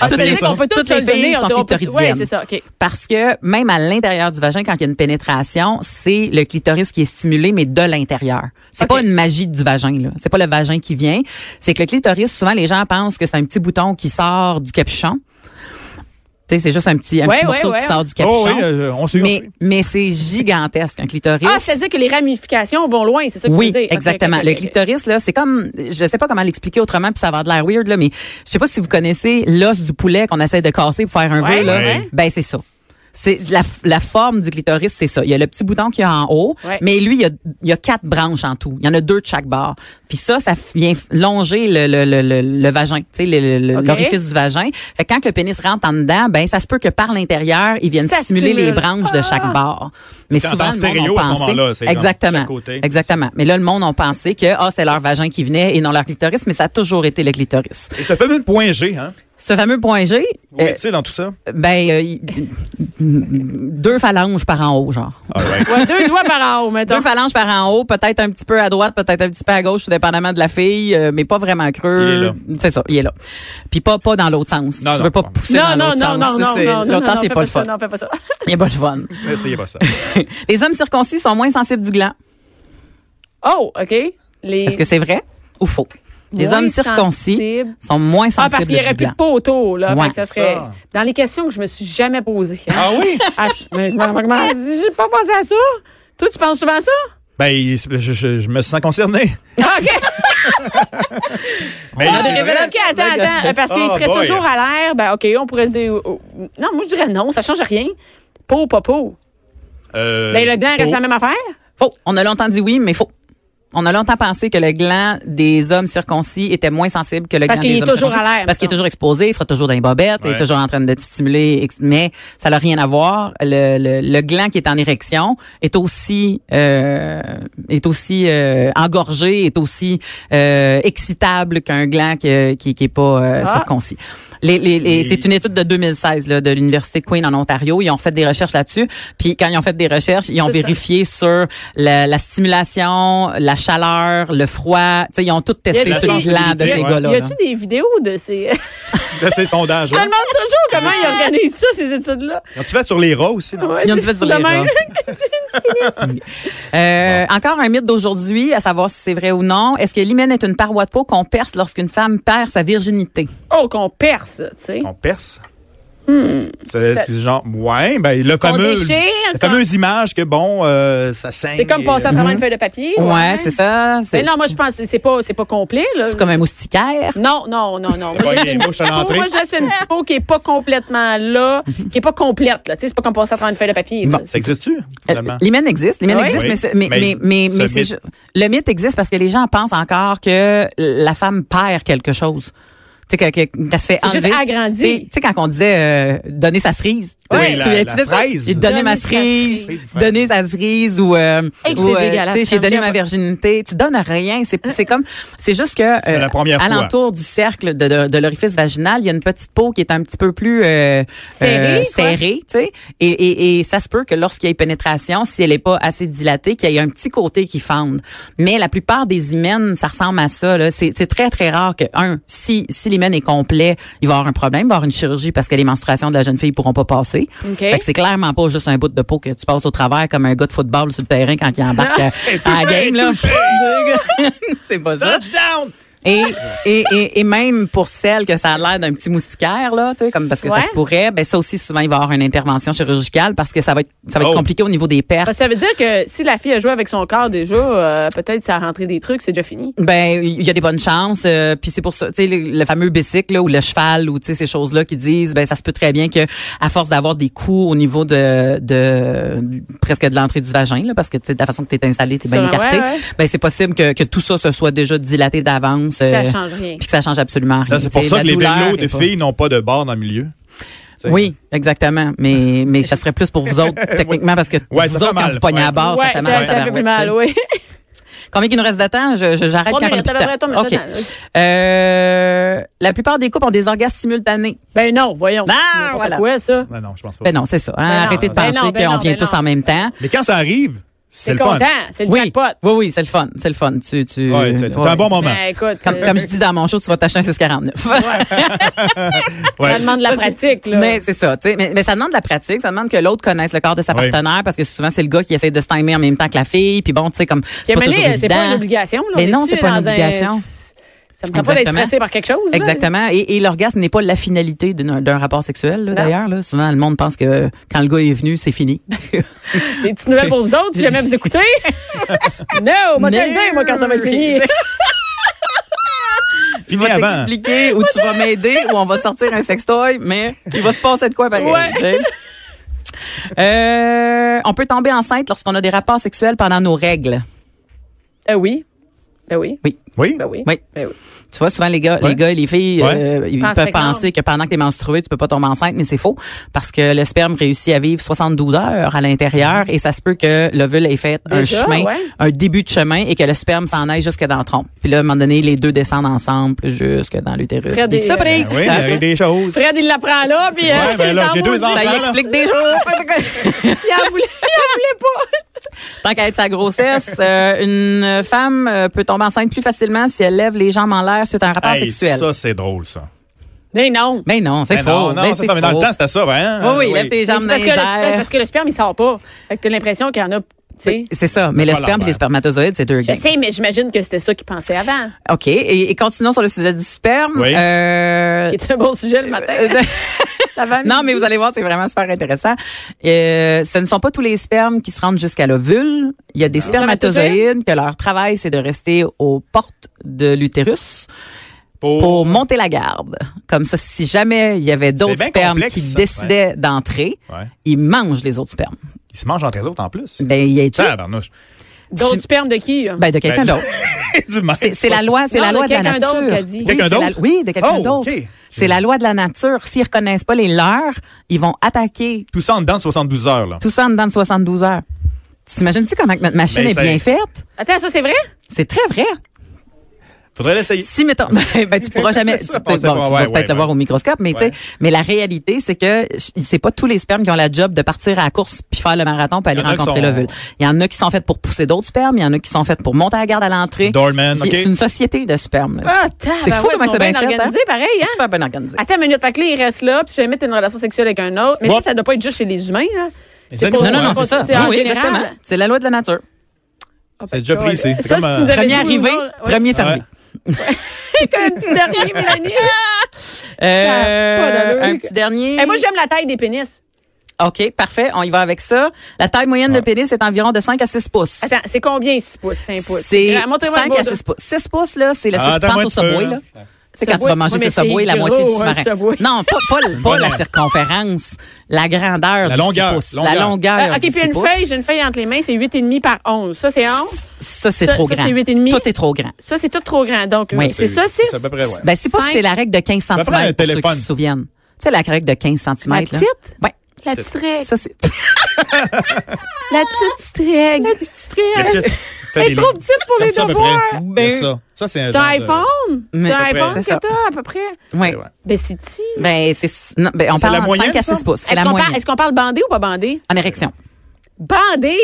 Speaker 3: Ah,
Speaker 1: C'est
Speaker 3: c'est
Speaker 1: vrai
Speaker 3: ça.
Speaker 1: qu'on peut toutes
Speaker 2: Toutes
Speaker 1: se
Speaker 2: les
Speaker 1: le
Speaker 2: filles
Speaker 1: donner.
Speaker 2: sont
Speaker 1: Oui,
Speaker 2: clitoridiennes.
Speaker 1: c'est ça. OK.
Speaker 2: Parce que même à l'intérieur du vagin, quand il y a une pénétration, c'est le clitoris qui est stimulé, mais de l'intérieur. C'est
Speaker 1: Ok.
Speaker 2: pas une magie du vagin, là. C'est pas le vagin qui vient. C'est que le clitoris, souvent, les gens pensent que c'est un petit bouton qui sort du capuchon. Tu sais, c'est juste un petit, un
Speaker 1: Ouais,
Speaker 2: petit
Speaker 1: ouais,
Speaker 2: morceau
Speaker 1: ouais.
Speaker 2: qui sort du
Speaker 3: Oh,
Speaker 2: capuchon.
Speaker 3: oui, euh, on suit, on
Speaker 2: mais,
Speaker 3: suit.
Speaker 2: mais c'est gigantesque, un clitoris.
Speaker 1: Ah, c'est-à-dire que les ramifications vont loin, c'est ça que
Speaker 2: Oui,
Speaker 1: tu veux dire. OK,
Speaker 2: exactement.
Speaker 1: OK,
Speaker 2: Le
Speaker 1: OK, OK.
Speaker 2: clitoris, là, c'est comme, je sais pas comment l'expliquer autrement, puis ça va avoir de l'air weird, là, mais je sais pas si vous connaissez l'os du poulet qu'on essaie de casser pour faire un
Speaker 1: Ouais,
Speaker 2: vœu, là.
Speaker 1: ouais.
Speaker 2: Ben, c'est ça. C'est la, la forme du clitoris, c'est ça. Il y a le petit bouton qu'il y a en haut,
Speaker 1: Ouais.
Speaker 2: mais lui, il y, a, il y a quatre branches en tout. Il y en a deux de chaque bord. Puis ça, ça vient longer le, le, le, le, le vagin, tu sais, le- le-
Speaker 1: OK.
Speaker 2: l'orifice du vagin. Fait que quand le pénis rentre en dedans, ben ça se peut que par l'intérieur, il vienne
Speaker 1: Ça
Speaker 2: stimuler les
Speaker 1: stimule. Ah!
Speaker 2: branches de chaque bord. Mais
Speaker 3: Dans-
Speaker 2: souvent,
Speaker 3: dans
Speaker 2: le monde
Speaker 3: stéréo,
Speaker 2: ont
Speaker 3: à ce
Speaker 2: pensé-
Speaker 3: moment-là, c'est comme
Speaker 2: exactement,
Speaker 3: chaque côté.
Speaker 2: exactement. Mais là, le monde a pensé que ah, c'est leur vagin qui venait et non leur clitoris, mais ça a toujours été le clitoris.
Speaker 3: Et ce fameux point G, hein?
Speaker 2: Ce fameux point G,
Speaker 3: Où
Speaker 2: euh,
Speaker 3: est-il dans tout ça?
Speaker 2: ben euh, il- deux phalanges par en haut, genre.
Speaker 3: All right.
Speaker 1: Ouais, deux doigts par en haut, mettons.
Speaker 2: Deux phalanges par en haut, peut-être un petit peu à droite, peut-être un petit peu à gauche, tout dépendamment de la fille, euh, mais pas vraiment
Speaker 3: Il est là.
Speaker 2: creux. C'est ça, il est là. Puis pas pas dans l'autre sens.
Speaker 3: Non,
Speaker 2: tu
Speaker 3: non,
Speaker 2: veux pas
Speaker 3: non.
Speaker 2: pousser
Speaker 1: Non,
Speaker 2: dans
Speaker 1: non,
Speaker 2: l'autre
Speaker 1: non,
Speaker 2: sens.
Speaker 1: non,
Speaker 2: Ça,
Speaker 1: non,
Speaker 2: c'est-
Speaker 1: non. non,
Speaker 2: L'autre
Speaker 1: non,
Speaker 2: sens, c'est
Speaker 1: fais
Speaker 2: pas le
Speaker 1: ça,
Speaker 2: fun.
Speaker 1: Non, fais pas ça.
Speaker 2: Il est pas le fun.
Speaker 3: Essayez pas ça.
Speaker 2: Les hommes circoncis sont moins sensibles du gland.
Speaker 1: Oh, OK. Les...
Speaker 2: Est-ce que c'est vrai ou faux? Les
Speaker 1: Moins
Speaker 2: hommes circoncis
Speaker 1: sensibles.
Speaker 2: sont moins
Speaker 1: Ah,
Speaker 2: sensibles
Speaker 1: parce qu'il n'y aurait
Speaker 2: du
Speaker 1: plus
Speaker 2: gland.
Speaker 1: de peau autour, là.
Speaker 2: Ouais.
Speaker 1: Fait que ça serait...
Speaker 3: Ça.
Speaker 1: Dans les questions que je me suis jamais posées. hein.
Speaker 3: Ah oui?
Speaker 1: Ah, je- mais comment- comment- comment- J'ai pas pensé à ça. Toi, tu penses souvent à ça?
Speaker 3: Ben, il- je, je- je me sens concerné.
Speaker 1: Ah, OK.
Speaker 3: Ben,
Speaker 2: On a
Speaker 3: c'est
Speaker 2: des
Speaker 3: vrai.
Speaker 2: révélations.
Speaker 1: OK, attends, attends. euh, Parce qu'il
Speaker 3: Oh
Speaker 1: serait
Speaker 3: boy.
Speaker 1: toujours à l'air. Ben, OK, on pourrait dire. oh, oh. Non, moi, je dirais non, ça change rien. Peau, pas peau.
Speaker 3: Euh,
Speaker 1: Ben, le gland reste
Speaker 3: oh.
Speaker 1: la même affaire.
Speaker 2: Faux. On a longtemps dit oui, mais faux. On a longtemps pensé que le gland des hommes circoncis était moins sensible que le
Speaker 1: Parce
Speaker 2: gland
Speaker 1: qu'il
Speaker 2: des
Speaker 1: est
Speaker 2: hommes
Speaker 1: toujours
Speaker 2: circoncis.
Speaker 1: à l'air,
Speaker 2: Parce qu'il est
Speaker 1: mettons.
Speaker 2: toujours exposé, il fera toujours dans les bobettes, il
Speaker 3: Ouais.
Speaker 2: est toujours en train de te stimuler, ex- mais ça n'a rien à voir. Le, le, le gland qui est en érection est aussi euh, est aussi euh, engorgé, est aussi euh, excitable qu'un gland qui qui, qui est pas euh,
Speaker 1: Ah.
Speaker 2: circoncis. Les, les, les-
Speaker 3: Et-
Speaker 2: c'est une étude de 2016 là, de l'université de Queen en Ontario. Ils ont fait des recherches là-dessus. Puis quand ils ont fait des recherches, ils ont
Speaker 1: C'est ça.
Speaker 2: vérifié sur la, la stimulation, la chaleur, le froid. Tu sais, ils ont tout testé
Speaker 1: Y a-t-il-
Speaker 2: sur le gland de
Speaker 3: Y a-
Speaker 2: ces
Speaker 3: ouais.
Speaker 2: gars-là.
Speaker 1: y
Speaker 2: Ah, là.
Speaker 1: a-tu des vidéos de ces.
Speaker 3: De ces sondages.
Speaker 1: Je me
Speaker 3: là.
Speaker 1: demande toujours comment ils organisent ça, ces études-là.
Speaker 3: Quand tu vas sur les rats aussi, non?
Speaker 1: Ouais,
Speaker 2: Ah. Ils ont
Speaker 1: c'est
Speaker 2: dû faire du
Speaker 1: de
Speaker 2: lait,
Speaker 1: même.
Speaker 2: Euh, Encore un mythe d'aujourd'hui, à savoir si c'est vrai ou non. Est-ce que l'hymen est une paroi de peau qu'on perce lorsqu'une femme perd sa virginité?
Speaker 1: Oh, qu'on perce, tu sais.
Speaker 3: On perce.
Speaker 2: Hmm.
Speaker 3: C'est c'est genre, ouais, ben, le
Speaker 1: Qu'on
Speaker 3: fameux.
Speaker 1: déchire.
Speaker 3: La
Speaker 1: qu'on-
Speaker 3: fameuse image que, bon, euh, ça saigne.
Speaker 1: C'est comme
Speaker 3: et,
Speaker 1: passer à
Speaker 3: euh,
Speaker 1: travers une feuille de papier.
Speaker 2: Mm-hmm. Ouais, c'est ça. C'est
Speaker 1: Mais non, moi, je pense que c'est pas, c'est pas complet, là.
Speaker 2: c'est comme un moustiquaire.
Speaker 1: Non, non, non, non. Moi,
Speaker 3: pas
Speaker 1: j'ai
Speaker 3: gay.
Speaker 1: une
Speaker 3: Moi,
Speaker 1: petite
Speaker 3: je suis à
Speaker 1: peau,
Speaker 3: l'entrée.
Speaker 1: moi, j'ai une petite peau qui est pas complètement là, qui est pas complète, là. Tu sais, c'est pas comme passer à travers une feuille de papier. là.
Speaker 3: Ça existe-tu,
Speaker 2: Euh,
Speaker 3: finalement?
Speaker 2: L'hymen existe, l'hymen
Speaker 1: Oui.
Speaker 2: existe,
Speaker 3: Oui.
Speaker 2: mais c'est- mais
Speaker 3: Mais
Speaker 2: mais mais,
Speaker 3: ce
Speaker 2: mais c'est
Speaker 3: mythe-
Speaker 2: ju- le mythe existe parce que les gens pensent encore que la femme perd quelque chose. Tu sais, que- que- qu'elle se fait
Speaker 1: C'est juste
Speaker 2: enlever.
Speaker 1: agrandi.
Speaker 2: Tu sais- Tu sais, quand on disait euh, donner sa cerise.
Speaker 3: Oui,
Speaker 2: Tu sais,
Speaker 3: la-
Speaker 2: tu viens-tu
Speaker 3: la
Speaker 2: de ça?
Speaker 3: fraise.
Speaker 2: Et Donner ma
Speaker 1: Donner sa
Speaker 2: cerise.
Speaker 3: cerise.
Speaker 2: Donner sa cerise ou... euh,
Speaker 1: Hey,
Speaker 2: ou,
Speaker 1: c'est
Speaker 2: euh,
Speaker 1: dégueulasse,
Speaker 2: tu sais, J'ai donné
Speaker 1: j'aime Euh,
Speaker 2: ma
Speaker 1: pas.
Speaker 2: virginité. Tu donnes rien. C'est c'est comme... C'est juste que... euh,
Speaker 3: C'est la première fois.
Speaker 2: Alentour du cercle de, de, de l'orifice vaginal, il y a une petite peau qui est un petit peu plus... euh,
Speaker 1: Serrée,
Speaker 2: euh,
Speaker 1: quoi.
Speaker 2: serrée, tu sais. Et, et, et ça se peut que lorsqu'il y ait pénétration, si elle n'est pas assez dilatée, qu'il y ait un petit côté qui fende. Mais la plupart des hymens, ça ressemble à ça. là. C'est c'est très, très rare que, un, si, si l'hymen est complet, il va y avoir un problème, il va y avoir une chirurgie parce que les menstruations de la jeune fille pourront pas passer.
Speaker 1: OK.
Speaker 2: Fait que c'est clairement pas juste un bout de peau que tu passes au travers comme un gars de football sur le terrain quand il embarque euh, à la game. là. c'est pas ça.
Speaker 3: Touchdown!
Speaker 2: Et, et, et, et même pour celles que ça a l'air d'un petit moustiquaire, là, tu sais, comme parce que
Speaker 1: Ouais.
Speaker 2: ça se pourrait, ben ça aussi, souvent, il va y avoir une intervention chirurgicale parce que ça va être, ça va être
Speaker 3: Oh.
Speaker 2: compliqué au niveau des pertes.
Speaker 1: Parce que ça veut dire que si la fille a joué avec son corps déjà, euh, peut-être ça a rentré des trucs, c'est déjà fini.
Speaker 2: Ben, il y a des bonnes chances. euh, Puis c'est pour ça, tu sais, le, le fameux bicycle là, ou le cheval ou tu sais ces choses-là qui disent, ben ça se peut très bien que à force d'avoir des coups au niveau de, de, du- presque de l'entrée du vagin, là, parce que tu sais, de la façon que t'es installé, t'es bien
Speaker 1: Sur- ouais,
Speaker 2: écarté.
Speaker 1: ouais.
Speaker 2: Ben c'est possible que, que tout ça se soit déjà dilaté d'avance.
Speaker 1: Ça
Speaker 2: euh,
Speaker 1: change rien.
Speaker 2: Puis que ça change absolument rien.
Speaker 3: Là, C'est pour
Speaker 2: Tu sais,
Speaker 3: ça
Speaker 2: la
Speaker 3: que les
Speaker 2: douleur
Speaker 3: vélos
Speaker 2: est
Speaker 3: de
Speaker 2: pas-
Speaker 3: filles n'ont pas de barre dans le milieu. Tu sais.
Speaker 2: Oui, exactement. Mais, mais ça serait plus pour vous autres, techniquement, parce que
Speaker 3: Ouais,
Speaker 2: vous
Speaker 3: ça
Speaker 2: autres,
Speaker 3: fait
Speaker 2: quand
Speaker 3: mal.
Speaker 2: vous pognez
Speaker 3: Ouais.
Speaker 2: à bord,
Speaker 1: ouais,
Speaker 2: ça fait mal.
Speaker 1: ça, fait plus mal, oui.
Speaker 2: Combien qu'il nous reste de temps? Je- je- J'arrête
Speaker 1: Trois
Speaker 2: quand on a
Speaker 1: minutes,
Speaker 2: plus
Speaker 1: à
Speaker 2: de
Speaker 1: peu près,
Speaker 2: temps.
Speaker 1: trois minutes de
Speaker 2: OK.
Speaker 1: temps, oui.
Speaker 2: Euh, la plupart des couples ont des orgasmes simultanés.
Speaker 1: Ben non, voyons.
Speaker 2: Non,
Speaker 1: C'est n'importe
Speaker 2: voilà.
Speaker 1: Quoi, ça?
Speaker 3: Ben non, je pense pas.
Speaker 2: Ben non, c'est ça. hein.
Speaker 1: Ben non,
Speaker 2: Arrêtez de
Speaker 1: ben
Speaker 2: penser
Speaker 1: non, ben
Speaker 2: qu'on
Speaker 1: non,
Speaker 2: vient
Speaker 1: ben
Speaker 2: tous
Speaker 1: non.
Speaker 2: en même temps.
Speaker 3: Mais quand ça arrive, c'est
Speaker 1: C'est
Speaker 3: le fun.
Speaker 1: content, c'est le
Speaker 2: oui.
Speaker 1: jackpot.
Speaker 2: oui, oui, c'est le fun. C'est le fun. Tu, tu,
Speaker 3: Ouais, c'est- c'est un bon moment.
Speaker 1: Ben écoute,
Speaker 2: Comme,
Speaker 1: euh,
Speaker 2: comme je dis dans mon show, tu vas t'acheter un 649.
Speaker 1: ça
Speaker 3: Ouais.
Speaker 1: demande de la pratique, là.
Speaker 2: Mais c'est ça, tu sais. Mais, mais ça demande de la pratique, ça demande que l'autre connaisse le corps de sa
Speaker 3: Oui.
Speaker 2: partenaire parce que souvent c'est le gars qui essaie de se timer en même temps que la fille, puis bon, tu sais comme
Speaker 1: Puis,
Speaker 2: c'est pas
Speaker 1: à un moment
Speaker 2: toujours
Speaker 1: donné, euh, c'est pas une
Speaker 2: évident.
Speaker 1: obligation, là.
Speaker 2: Mais
Speaker 1: On
Speaker 2: non,
Speaker 1: est-tu
Speaker 2: c'est pas une
Speaker 1: dans un-
Speaker 2: obligation.
Speaker 1: Ça me prend pas d'être
Speaker 2: Exactement.
Speaker 1: stressé par quelque chose. là?
Speaker 2: Exactement. Et, et l'orgasme n'est pas la finalité d'une- d'un rapport sexuel, là,
Speaker 1: Non.
Speaker 2: d'ailleurs. là. Souvent, le monde pense que quand le gars est venu, c'est fini.
Speaker 1: Des petites nouvelles pour vous autres, si jamais vous écoutez. non, moi, t'as le dire, moi, quand ça va être fini.
Speaker 2: Il
Speaker 3: Fini
Speaker 2: va
Speaker 3: avant.
Speaker 2: t'expliquer ou tu vas m'aider ou on va sortir un sextoy, mais il va se passer de quoi pareil.
Speaker 1: Ouais.
Speaker 2: tu sais. Euh, on peut tomber enceinte lorsqu'on a des rapports sexuels pendant nos règles.
Speaker 1: Ah oui. Ben oui.
Speaker 2: Oui.
Speaker 3: Oui?
Speaker 1: Ben oui.
Speaker 2: Oui.
Speaker 1: Ben oui.
Speaker 2: Tu vois, souvent, les gars,
Speaker 3: Ouais.
Speaker 2: les gars et les filles,
Speaker 3: Ouais.
Speaker 2: euh, ils
Speaker 1: Pensent
Speaker 2: peuvent
Speaker 1: que non.
Speaker 2: penser que pendant que tu es menstruée, tu peux pas tomber enceinte, mais c'est faux. Parce que le sperme réussit à vivre 72 heures à l'intérieur et ça se peut que l'ovule ait fait un
Speaker 1: Déjà,
Speaker 2: chemin,
Speaker 1: ouais.
Speaker 2: un début de chemin et que le sperme s'en aille jusque dans le tronc. Puis là, à un moment donné, les deux descendent ensemble jusque dans l'utérus.
Speaker 1: Fred
Speaker 2: Puis
Speaker 1: est-
Speaker 2: surprise!
Speaker 3: Ben oui, il arrive des choses.
Speaker 1: Fred, il l'apprend là, puis euh,
Speaker 3: Ouais, ben là,
Speaker 1: il
Speaker 3: j'ai
Speaker 1: en
Speaker 3: deux
Speaker 1: voulait-
Speaker 3: ans.
Speaker 2: ça y
Speaker 3: Voilà.
Speaker 2: explique des choses.
Speaker 1: Il en voulait, il en voulait pas.
Speaker 2: Tant qu'à être sa grossesse, euh, une femme euh, peut tomber enceinte plus facilement si elle lève les jambes en l'air suite à un rapport
Speaker 3: Hey,
Speaker 2: sexuel.
Speaker 3: ça, c'est drôle, ça.
Speaker 1: Mais non.
Speaker 2: Mais non, c'est
Speaker 3: Ben
Speaker 2: faux.
Speaker 3: non, non,
Speaker 2: Ben,
Speaker 3: ça,
Speaker 2: c'est
Speaker 3: ça, mais dans le
Speaker 2: faux.
Speaker 3: temps, c'était ça, ben.
Speaker 2: Oui,
Speaker 3: hein,
Speaker 2: oui, lève tes
Speaker 1: C'est
Speaker 2: jambes dans
Speaker 1: parce,
Speaker 2: les
Speaker 1: que le, c'est
Speaker 2: airs.
Speaker 1: parce que le sperme, il sort pas. Fait que t'as l'impression qu'il y en a, tu sais.
Speaker 2: C'est ça, mais
Speaker 3: C'est
Speaker 2: le
Speaker 3: pas
Speaker 2: sperme et
Speaker 3: l'envers.
Speaker 2: les spermatozoïdes, c'est deux
Speaker 1: Je
Speaker 2: gangs.
Speaker 1: sais, mais j'imagine que c'était ça qu'ils pensaient avant.
Speaker 2: OK, et, et continuons sur le sujet du sperme.
Speaker 3: Oui.
Speaker 2: Euh,
Speaker 1: C'est un bon sujet le matin.
Speaker 2: non, mais vous allez voir, c'est vraiment super intéressant. Euh, ce ne sont pas tous les spermes qui se rendent jusqu'à l'ovule. Il y a des spermatozoïdes que leur travail, c'est de rester aux portes de l'utérus
Speaker 3: Pour-
Speaker 2: pour monter la garde. Comme ça, si jamais il y avait d'autres
Speaker 3: bien
Speaker 2: spermes
Speaker 3: complexe,
Speaker 2: qui
Speaker 3: ça.
Speaker 2: décidaient d'entrer,
Speaker 3: Ouais.
Speaker 2: ils mangent les autres spermes.
Speaker 3: Ils se mangent entre eux autres, en plus.
Speaker 2: Ben, il y a tué.
Speaker 3: Tabarnouche.
Speaker 1: D'autres spermes de qui, là?
Speaker 2: Ben, de quelqu'un
Speaker 3: Ah. Ben,
Speaker 2: d'autre.
Speaker 3: Du mal,
Speaker 2: C'est c'est la
Speaker 3: ça,
Speaker 2: loi, c'est
Speaker 1: Non,
Speaker 2: la
Speaker 1: de
Speaker 2: loi de la
Speaker 1: quelqu'un
Speaker 2: nature.
Speaker 1: d'autre qui a dit.
Speaker 2: Oui,
Speaker 3: Quelqu'un
Speaker 2: c'est la-
Speaker 3: d'autre?
Speaker 2: Oui, de quelqu'un
Speaker 3: Oh,
Speaker 2: d'autre.
Speaker 3: ok.
Speaker 2: C'est la loi de la nature. S'ils reconnaissent pas les leurs, ils vont attaquer
Speaker 3: Tout ça en dedans de 72 heures, là.
Speaker 2: tout ça en dedans de 72 heures. T'imagines-tu comment que notre machine
Speaker 3: Ben,
Speaker 2: est
Speaker 3: ça-
Speaker 2: bien faite?
Speaker 1: Attends, ça, c'est vrai?
Speaker 2: C'est très vrai.
Speaker 3: Faudrait l'essayer.
Speaker 2: Si, mettons, ben, ben, tu pourras jamais, tu,
Speaker 3: C'est
Speaker 2: tu- bon,
Speaker 3: ça, on
Speaker 2: tu
Speaker 3: sait pas,
Speaker 2: vas
Speaker 3: ouais,
Speaker 2: peut-être
Speaker 3: ouais,
Speaker 2: le voir
Speaker 3: ouais.
Speaker 2: au microscope, mais, tu sais,
Speaker 3: Ouais.
Speaker 2: mais la réalité, c'est que ch- c'est pas tous les spermes qui ont la job de partir à la course puis faire le marathon puis aller
Speaker 3: Il y en a qui
Speaker 2: rencontrer
Speaker 3: sont-
Speaker 2: l'ovule. Il y en a qui sont faites pour pousser d'autres spermes, il y en a qui sont faites pour monter à la garde à l'entrée.
Speaker 3: Doorman,
Speaker 2: C'est
Speaker 3: ok.
Speaker 2: c'est une société de sperme. là.
Speaker 1: Ah, t'as,
Speaker 2: C'est fou comment
Speaker 1: ils sont
Speaker 2: c'est bien
Speaker 1: bien
Speaker 2: fait,
Speaker 1: organisé,
Speaker 2: hein?
Speaker 1: pareil, hein?
Speaker 2: Super bien organisé.
Speaker 1: Attends une minute, fait que là, il reste là, puis si jamais t'as une relation sexuelle avec un autre, mais
Speaker 3: Ouais.
Speaker 1: ça, ça doit pas être juste chez les humains, là.
Speaker 3: Les
Speaker 1: C'est
Speaker 3: animaux,
Speaker 1: pas-
Speaker 2: Non, non, non, c'est ça.
Speaker 1: C'est en
Speaker 2: Oui, oui,
Speaker 1: général.
Speaker 2: exactement. C'est la loi de la nature.
Speaker 1: Ah,
Speaker 3: C'est déjà
Speaker 1: ben,
Speaker 3: pris,
Speaker 1: ouais.
Speaker 3: c'est- c'est
Speaker 1: Ça,
Speaker 3: comme,
Speaker 1: si
Speaker 3: euh,
Speaker 1: tu nous avais
Speaker 2: Premier
Speaker 1: dit,
Speaker 2: arrivé,
Speaker 1: nous autres, ouais.
Speaker 2: premier servi.
Speaker 3: Ouais.
Speaker 1: Comme petit dernier, Mélanie.
Speaker 2: Euh,
Speaker 1: Ça a pas d'allure.
Speaker 2: un petit dernier.
Speaker 1: Et moi, j'aime la taille des pénis.
Speaker 2: OK, parfait. On y va avec ça. La taille moyenne de pénis est environ de 5 à 6 pouces.
Speaker 1: Attends, c'est combien 6 pouces, 5 pouces?
Speaker 2: C'est
Speaker 1: Ah, montrez-moi le
Speaker 2: 5
Speaker 1: beau
Speaker 2: à
Speaker 1: dos.
Speaker 2: 6 pouces. 6 pouces, là, c'est le
Speaker 3: Ah,
Speaker 2: 6
Speaker 3: attends-moi
Speaker 2: penses
Speaker 3: un
Speaker 2: au
Speaker 3: petit peu,
Speaker 2: Subway,
Speaker 3: là.
Speaker 2: là. C'est quand tu
Speaker 1: Subway.
Speaker 2: vas manger
Speaker 1: Ouais,
Speaker 2: ce
Speaker 1: mais
Speaker 2: Subway,
Speaker 1: c'est
Speaker 2: la moitié du
Speaker 1: gros, un
Speaker 2: sous-marin.
Speaker 1: Subway.
Speaker 2: Non, pas, pas, pas la
Speaker 3: bonheur.
Speaker 2: circonférence, la grandeur
Speaker 3: La
Speaker 2: du six
Speaker 3: longueur,
Speaker 2: pouces, la
Speaker 3: longueur.
Speaker 2: longueur
Speaker 1: Ah, OK,
Speaker 2: du
Speaker 1: puis
Speaker 2: six
Speaker 1: une
Speaker 2: pouces.
Speaker 1: feuille, j'ai une feuille entre les mains, c'est 8,5 par 11. Ça, c'est 11.
Speaker 2: Ça, c'est
Speaker 1: Ça,
Speaker 2: trop
Speaker 1: ça,
Speaker 2: grand.
Speaker 1: c'est huit et demi.
Speaker 2: Tout est trop grand.
Speaker 1: Ça, c'est tout trop grand. Donc, euh,
Speaker 2: Oui.
Speaker 1: c'est ça, 6?
Speaker 3: C'est à peu près, ouais.
Speaker 2: Ben, c'est pas
Speaker 1: Cinq.
Speaker 2: c'est la règle de 15
Speaker 3: peu
Speaker 2: cm,
Speaker 3: près un
Speaker 2: pour ceux
Speaker 3: téléphone.
Speaker 2: qui se souviennent. Tu sais, la règle de 15 cm.
Speaker 1: La petite?
Speaker 2: Ouais.
Speaker 1: La petite règle.
Speaker 2: Ça, c'est...
Speaker 1: La petite règle. La petite
Speaker 3: La
Speaker 1: règle.
Speaker 3: petite-
Speaker 1: Elle
Speaker 3: fait
Speaker 1: est
Speaker 3: des
Speaker 1: trop
Speaker 3: lignes.
Speaker 1: petite pour
Speaker 3: Comme
Speaker 1: les
Speaker 3: ça, à peu
Speaker 1: devoirs.
Speaker 3: près.
Speaker 2: Ben,
Speaker 3: Il y a ça. Ça, c'est un
Speaker 1: C'est un
Speaker 3: genre de-
Speaker 1: iPhone. C'est
Speaker 2: Mais-
Speaker 1: un
Speaker 2: à peu
Speaker 1: iPhone
Speaker 2: près,
Speaker 1: que
Speaker 2: c'est ça.
Speaker 1: t'as, à peu près.
Speaker 2: Ouais.
Speaker 3: Ouais.
Speaker 1: Ben, c'est petit.
Speaker 2: Ben, c'est, non, ben, on
Speaker 3: C'est
Speaker 2: parle
Speaker 3: la
Speaker 2: de
Speaker 3: moyenne,
Speaker 2: 5 à
Speaker 3: ça?
Speaker 2: 6 pouces. C'est
Speaker 1: Est-ce
Speaker 2: la
Speaker 1: qu'on
Speaker 2: moyenne.
Speaker 1: parle, est-ce qu'on parle bandé ou pas bandé?
Speaker 2: En érection.
Speaker 1: Bandé!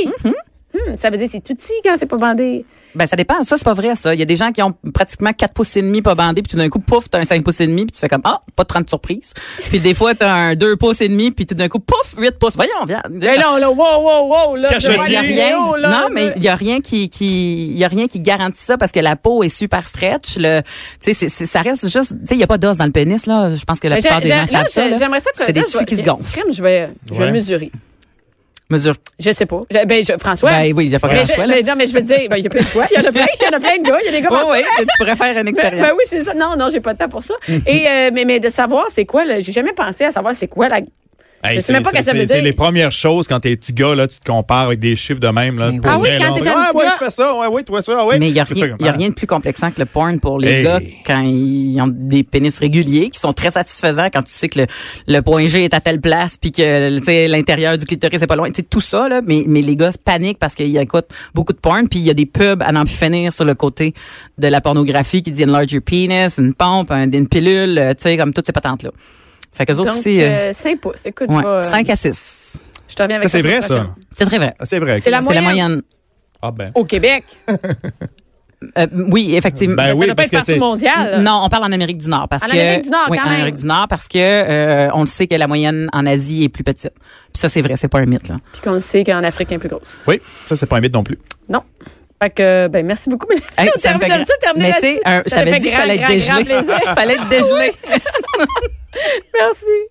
Speaker 1: Hmm, ça veut dire c'est tout petit quand c'est pas bandé.
Speaker 2: Ben, ça dépend. Ça, c'est pas vrai, ça. Il y a des gens qui ont pratiquement 4 pouces et demi pas bandés, puis tout d'un coup, pouf, t'as un 5 pouces et demi, puis tu fais comme, ah, pas de 30 surprises. Puis des fois, t'as un 2 pouces et demi, puis tout d'un coup, pouf, 8 pouces. Voyons, viens.
Speaker 1: Mais Eh non, là, wow, wow, wow, là.
Speaker 3: Cache-
Speaker 1: je
Speaker 2: Mais
Speaker 1: vois
Speaker 2: il y a
Speaker 1: les
Speaker 2: rien.
Speaker 1: vidéos, là,
Speaker 2: non,
Speaker 1: là.
Speaker 2: mais il y a rien qui qui il y a rien qui garantit ça parce que la peau est super stretch. Le, tu sais, c'est- c'est- ça reste juste. Tu sais, il y a pas d'os dans le pénis là. Je pense que la
Speaker 1: Mais j'ai-
Speaker 2: plupart des
Speaker 1: j'ai-
Speaker 2: gens
Speaker 1: là,
Speaker 2: savent ça.
Speaker 1: j'ai-
Speaker 2: là.
Speaker 1: J'aimerais ça que
Speaker 2: C'est des
Speaker 1: là, je
Speaker 2: tissus
Speaker 1: vais-
Speaker 2: qui se gonflent.
Speaker 1: Crime, je vais, je vais
Speaker 3: Ouais.
Speaker 1: mesurer.
Speaker 2: Mesure.
Speaker 1: Je sais pas. Je- ben, je- François.
Speaker 2: Ben oui, il y a pas
Speaker 1: mais
Speaker 2: grand
Speaker 1: je-
Speaker 2: choix là.
Speaker 1: mais non, mais je veux dire, ben, il y a plein de choix. Il y en a plein, il y en a plein de gars. Il y a des gars
Speaker 2: Oh,
Speaker 1: partout.
Speaker 2: oui, tu pourrais faire une
Speaker 1: Ben,
Speaker 2: expérience. Mm-hmm.
Speaker 1: ben oui, c'est ça. Non, non, j'ai pas de temps pour ça. Et, euh, mais, mais de savoir c'est quoi, là, j'ai jamais pensé à savoir c'est quoi la.
Speaker 3: Hey,
Speaker 1: je sais
Speaker 3: c'est-
Speaker 1: même pas
Speaker 3: c'est-
Speaker 1: qu'est-ce que ça veut
Speaker 3: c'est- C'est
Speaker 1: dire.
Speaker 3: les premières choses quand t'es petit gars, là, tu te compares avec des chiffres de même. Là,
Speaker 2: Mais oui.
Speaker 3: pour
Speaker 1: Ah oui,
Speaker 3: vrai,
Speaker 1: quand
Speaker 3: là,
Speaker 1: t'étais
Speaker 3: on
Speaker 1: un
Speaker 3: dit,
Speaker 1: petit
Speaker 3: Ouais, ouais,
Speaker 1: gars.
Speaker 3: je fais ça, ouais, ouais, toi ça, ouais.
Speaker 2: Mais il n'y a,
Speaker 3: Je fais
Speaker 2: rien-
Speaker 3: comme,
Speaker 2: il y a
Speaker 3: ah.
Speaker 2: rien de plus complexant que le porn pour les
Speaker 3: Hey.
Speaker 2: gars quand ils ont des pénis réguliers qui sont très satisfaisants quand tu sais que le, le point G est à telle place puis que tu sais, l'intérieur du clitoris c'est pas loin. Tu sais, tout ça, là, mais, mais les gars se paniquent parce qu'ils écoutent beaucoup de porn puis il y a des pubs à n'en plus finir sur le côté de la pornographie qui dit une larger penis, une pompe, un- une pilule, euh, tu sais, comme toutes ces patentes-là. Fait qu'eux autres
Speaker 1: Donc,
Speaker 2: aussi, euh,
Speaker 1: 5 pouces. Écoute, je, vais,
Speaker 2: ouais,
Speaker 1: euh,
Speaker 2: 5 à 6.
Speaker 1: je te reviens avec
Speaker 3: Ça, c'est
Speaker 1: la semaine
Speaker 3: vrai, ça.
Speaker 1: prochaine.
Speaker 2: C'est très vrai.
Speaker 3: Ah, C'est vrai.
Speaker 1: C'est la
Speaker 2: C'est la
Speaker 1: moyenne.
Speaker 2: moyenne.
Speaker 3: Ah, ben.
Speaker 1: Au Québec.
Speaker 2: Euh, oui, effectivement.
Speaker 3: Ben
Speaker 1: ça
Speaker 3: oui,
Speaker 1: doit pas
Speaker 3: parce
Speaker 1: être
Speaker 3: que
Speaker 1: partout
Speaker 3: c'est-
Speaker 1: mondial. là.
Speaker 2: Non, on parle en Amérique du Nord parce
Speaker 1: En
Speaker 2: que
Speaker 1: Amérique du Nord,
Speaker 2: oui,
Speaker 1: quand
Speaker 2: en
Speaker 1: même.
Speaker 2: Amérique du Nord parce que euh, on le sait que la moyenne en Asie est plus petite. Puis ça c'est vrai, c'est pas un mythe là.
Speaker 1: Puis qu'on le sait qu'en Afrique, elle est plus grosse.
Speaker 3: Oui, ça, c'est pas un mythe non plus.
Speaker 1: Non. Fait que, ben, merci beaucoup. Mélanie.
Speaker 2: Hey,
Speaker 1: On
Speaker 2: ça me fait
Speaker 1: termine
Speaker 2: grand-
Speaker 1: là-dessus, terminer
Speaker 2: Mais tu sais,
Speaker 1: là-dessus.
Speaker 2: un- je
Speaker 1: Ça me
Speaker 2: t'avais
Speaker 1: fait
Speaker 2: dit qu'il
Speaker 1: grand,
Speaker 2: fallait être
Speaker 1: grand, grand
Speaker 2: dégelé.
Speaker 1: plaisir.
Speaker 2: fallait être dégelé.
Speaker 1: Merci.